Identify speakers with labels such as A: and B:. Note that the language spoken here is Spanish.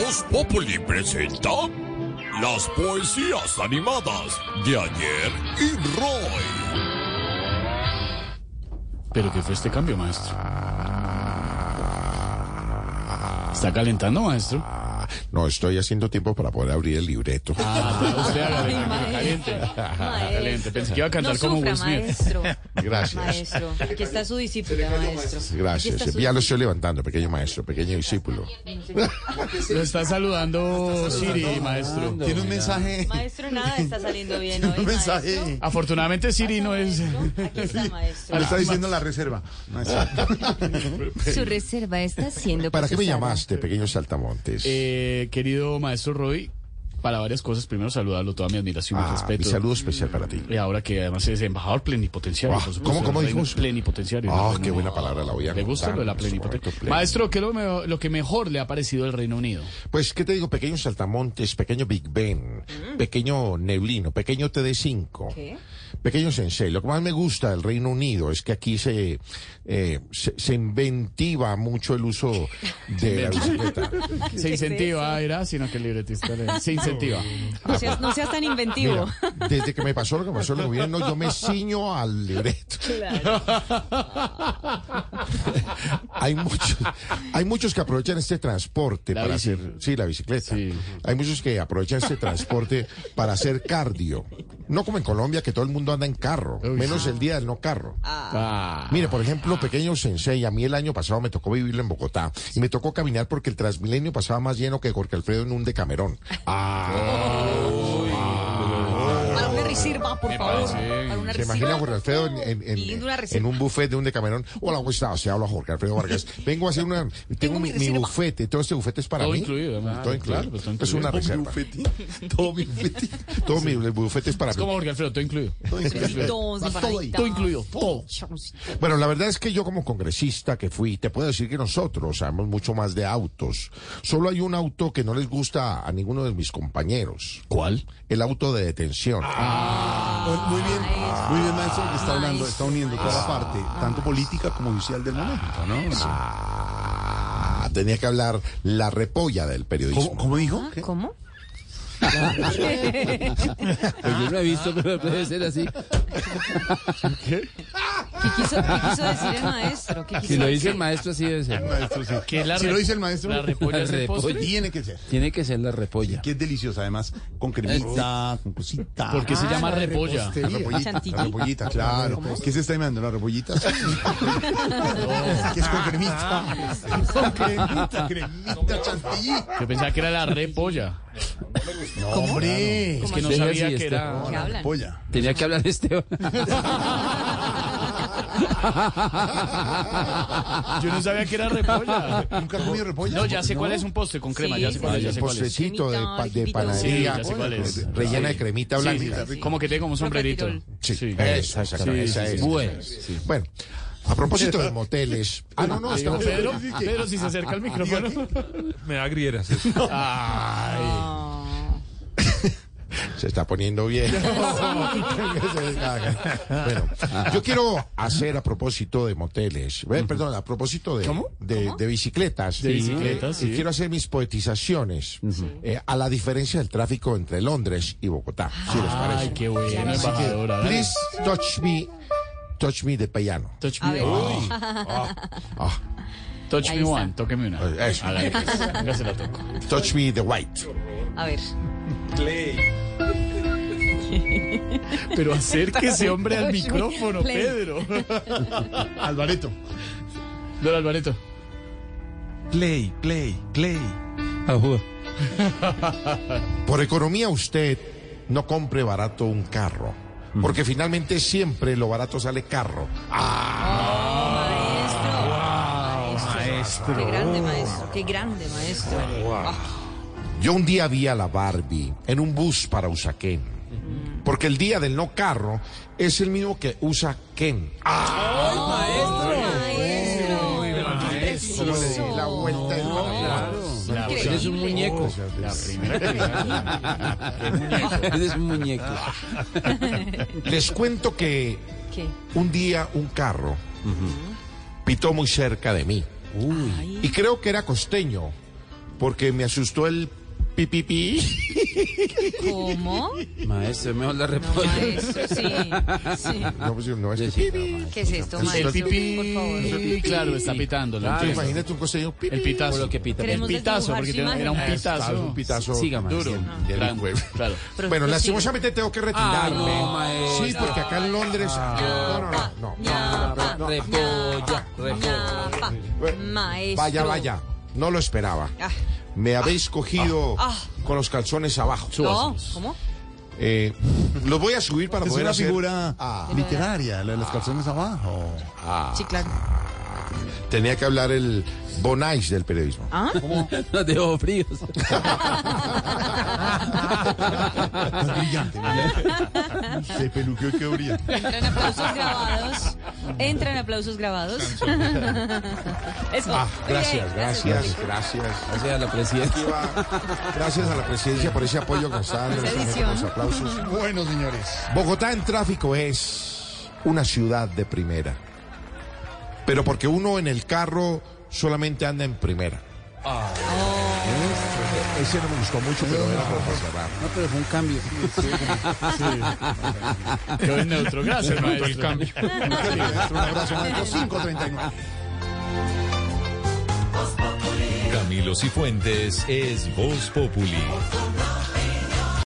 A: Voz Populi presenta las poesías animadas de ayer y Roy.
B: ¿Pero qué fue este cambio, maestro? ¿Está calentando, maestro?
C: No, estoy haciendo tiempo para poder abrir el libreto.
B: Ah, Usted hágale,
D: Ay,
B: tranquilo, caliente.
D: maestro,
B: Caliente.
D: maestro.
B: Pensé que iba a
D: No
B: cantar como
D: sufra,
B: Will Smith.
D: maestro.
C: Gracias.
D: Maestro, aquí está su discípula, maestro. Aquí
C: Gracias.
D: está su-
C: Ya lo estoy levantando, pequeño maestro, pequeño discípulo.
B: Lo está saludando Siri, maestro.
E: Tiene un mensaje.
D: Maestro, nada está saliendo bien hoy,
E: Un mensaje.
D: maestro.
B: Afortunadamente Siri no es...
D: Maestro, Aquí está, maestro.
E: Le está diciendo la reserva.
F: Su reserva está siendo
C: ¿Para qué me
F: procesada.
C: llamaste, pequeño saltamontes?
B: Eh, querido maestro Roy, para varias cosas, primero saludarlo, toda mi admiración y
C: Ah, mi
B: respeto.
C: saludo especial para ti.
B: Y ahora que además es embajador plenipotenciario.
C: Ah,
B: por supuesto,
C: ¿cómo- cómo
B: del
C: dijo
B: reino
C: eso?
B: Plenipotenciario.
C: Ah,
B: del
C: qué
B: Reino
C: buena
B: Unido.
C: palabra, la voy a
B: ¿Le gusta
C: anotar,
B: lo de la
C: por supuesto,
B: plenipotencia?
C: pleno.
B: Maestro, ¿qué es lo, me- lo que mejor le ha parecido del Reino Unido?
C: Pues, ¿qué te digo? Pequeño saltamontes, pequeño Big Ben, pequeño neblino, pequeño TD5.
D: ¿Qué?
C: Pequeño Sensei, lo que más me gusta del Reino Unido es que aquí se, eh, se, se inventiva mucho el uso de la bicicleta.
B: Se incentiva, era, sino que el libretista le... Se incentiva.
D: No seas, no seas tan inventivo.
C: Mira, desde que me pasó lo que pasó en el gobierno, yo me ciño al libreto. hay muchos, hay muchos que aprovechan este transporte
B: La
C: para
B: bici.
C: hacer, sí, la bicicleta.
B: Sí.
C: Hay muchos que aprovechan este transporte para hacer cardio. No como en Colombia que todo el mundo anda en carro,
B: Uy,
C: menos el día del no carro.
B: Ah.
C: Mire, por ejemplo, pequeño Sensei, a mí el año pasado me tocó vivirlo en Bogotá y me tocó caminar porque el Transmilenio pasaba más lleno que Jorge Alfredo en un Decamerón.
D: Alguna reserva, por favor. Alguna
C: ¿Se imagina a
D: reserva.
C: Jorge Alfredo en, en- en-
D: Pidiendo una reserva.
C: en un buffet de un Decamerón? Hola, ¿cómo estás? Se habla Jorge Alfredo Vargas. Vengo a hacer una... Tengo, mi,
D: mi
C: mi
D: reserva.
C: bufete, todo este bufete es para
B: Todo
C: mí.
B: incluido, además.
C: todo
B: Claro,
C: incluido.
B: pues, todo
C: Es
B: incluido.
C: una
B: Todo
C: reserva. Todo mi bufete. Todo mi bufete es para mí.
B: Como Jorge Alfredo, todo incluido.
D: Besitos, empanaditas.
B: Todo incluido, todo.
C: Bueno, la verdad es que yo como congresista que fui, te puedo decir que nosotros sabemos mucho más de autos. Solo hay un auto que no les gusta a ninguno de mis compañeros,
B: ¿Cuál?
C: el auto de detención.
E: Muy bien, muy bien, maestro, que está hablando, está uniendo toda la parte, tanto política como judicial del momento, ¿no?
C: Ah, tenía que hablar la repolla del periodismo.
E: ¿Cómo, cómo dijo? ¿Qué?
F: ¿Cómo?
G: yo no he visto, pero
D: Ah.
G: debe ser así.
D: ¿Qué quiso, qué quiso decir el maestro? ¿Qué quiso
G: Si lo
D: decir?
G: dice el maestro, así debe ser.
E: Maestro, sí.
B: ¿Qué es la
E: si
B: re-
E: lo dice el maestro,
B: la repolla es el
G: repolla.
B: postre?
E: tiene que ser.
G: Tiene que ser la repolla.
E: Que es deliciosa, además, con cremita, con cosita.
B: ¿Por qué se
E: Ah,
B: llama
E: la de
B: repolla?
E: repostería. La repollita,
D: Chantilly.
E: la repollita, claro. ¿Qué se está llamando? ¿La repollita? ¿Qué es con cremita? Ah, Con cremita, cremita, chantilly.
B: Yo pensaba que era la repolla.
E: No, hombre.
B: Es que no
G: Deja
B: sabía
G: así
B: que
G: este.
B: era.
D: ¿Qué hablan?
E: Polla.
G: Tenía que hablar este Esteban.
B: Yo no sabía que era repolla.
E: ¿Nunca has comido repolla?
B: No, ya sé cuál es un postre con crema,
D: Sí,
B: ya sé cuál
D: sí,
B: es, ya
C: el
B: sé cuál es.
C: postrecito de, pa- de
D: Sí,
C: panadería
B: ya sé cuál es.
C: rellena de cremita
B: Sí,
C: blanca.
B: sí, sí. Como que tiene como un sombrerito.
C: Sí,
B: Sí.
C: esa, esa,
B: Sí,
C: esa
B: sí,
C: es.
B: sí.
G: Bueno.
C: Bueno, a propósito de moteles. Ah, no, no,
B: Digo,
C: estamos...
B: Pedro, Pedro, si se acerca
E: Ah,
B: al micrófono.
H: Me da grieras.
E: Ah.
C: Se está poniendo bien. bueno, yo quiero hacer a propósito de moteles, eh, perdón, a propósito de, de, de bicicletas.
B: De bicicletas,
C: eh,
B: sí.
C: Quiero hacer mis poetizaciones eh, a la diferencia del tráfico entre Londres y Bogotá, si les
B: Ay,
C: parece.
B: qué bueno, embajadora. Ah, dale.
C: Please touch me, touch me de piano.
B: Touch
D: A
B: me
D: ver.
B: one.
C: Ah,
B: Touch
D: Ahí
B: me
D: está.
B: one, tóqueme una.
C: Eso.
B: Hágale, pues. Venga, se la toco.
C: touch me the white.
D: A ver.
B: Pero acérquese, hombre, al micrófono,
D: Play.
B: Pedro.
E: Alvareto.
B: Don Alvareto.
H: Play, play, play.
C: Por economía usted no compre barato un carro, porque finalmente siempre lo barato sale carro. Ah,
D: Maestro. Maestro. Qué grande, maestro. Qué grande, maestro.
C: Yo un día vi a la Barbie en un bus para Usaquén. Porque el día del no carro es el mismo que usa Ken. Ah,
D: Maestro. Qué preciso.
C: la vuelta del paraguas.
D: Increíble.
G: Eres un muñeco.
B: La primera que
G: Eres un muñeco.
C: Les cuento que
D: ¿Qué?
C: un día un carro pitó muy cerca de mí. Y creo que era costeño. porque me asustó el pipipi.
D: ¿Cómo?
G: Maestro, mejor la
D: No,
G: repolla.
D: maestro, sí. sí.
C: No, pues, no es que
G: Sí, sí.
C: pipi.
D: ¿Qué es esto,
C: El
D: maestro?
B: El
D: Pues Por favor.
B: pipí, claro, está pitando. lo
G: Claro.
B: entiendo.
C: Imagínate un costeño pipi.
B: El pitazo.
G: Por lo que pita.
B: El
D: Queremos
B: pitazo,
D: desdibujar
B: porque
D: su
B: tenía- era un
D: imagen.
B: pitazo.
C: Un pitazo
G: Siga, maestro.
B: Duro.
C: del
B: Grande,
C: huevo.
B: claro.
D: Pero
C: Bueno,
D: prosiga.
C: lastimosamente tengo que retirarme.
G: no, maestro.
C: sí, porque acá en Londres.
D: Ah.
C: no, no, no. no.
D: Ñapa,
G: no, repolla,
D: ñapa,
G: repolla.
D: ñapa. Maestro.
C: Vaya, vaya. No lo esperaba.
D: Ah,
C: Me habéis cogido
D: ah.
C: con los calzones abajo.
D: no, ¿cómo?
C: Eh, los voy a subir para
E: Es
C: poder
E: una
C: hacer-
E: figura
C: Ah,
E: literaria, la de las calzones abajo.
D: Sí, claro.
C: tenía que hablar el Bonais del periodismo.
D: ¿Ah?
G: Nos dejó fríos.
E: Más brillante, brillante. Se peluqueó que brilla.
D: Entran aplausos grabados. Entran aplausos grabados. Eso.
C: Ah,
D: Muy
C: gracias,
D: bien,
C: gracias, gracias.
G: Gracias a la presidencia.
C: Gracias a la presidencia por ese apoyo constante.
D: Esa
C: Los
D: edición.
C: aplausos.
E: Bueno, señores.
C: Bogotá en tráfico es una ciudad de primera. Pero porque uno en el carro solamente anda en primera. Ese no me gustó mucho, pero era como para cerrar.
G: No, pero fue un cambio.
B: Quedó en neutro. Gracias, maestro.
E: Un abrazo,
C: Ah,
E: Marco. 539.
A: Camilo Cifuentes es Voz Populi.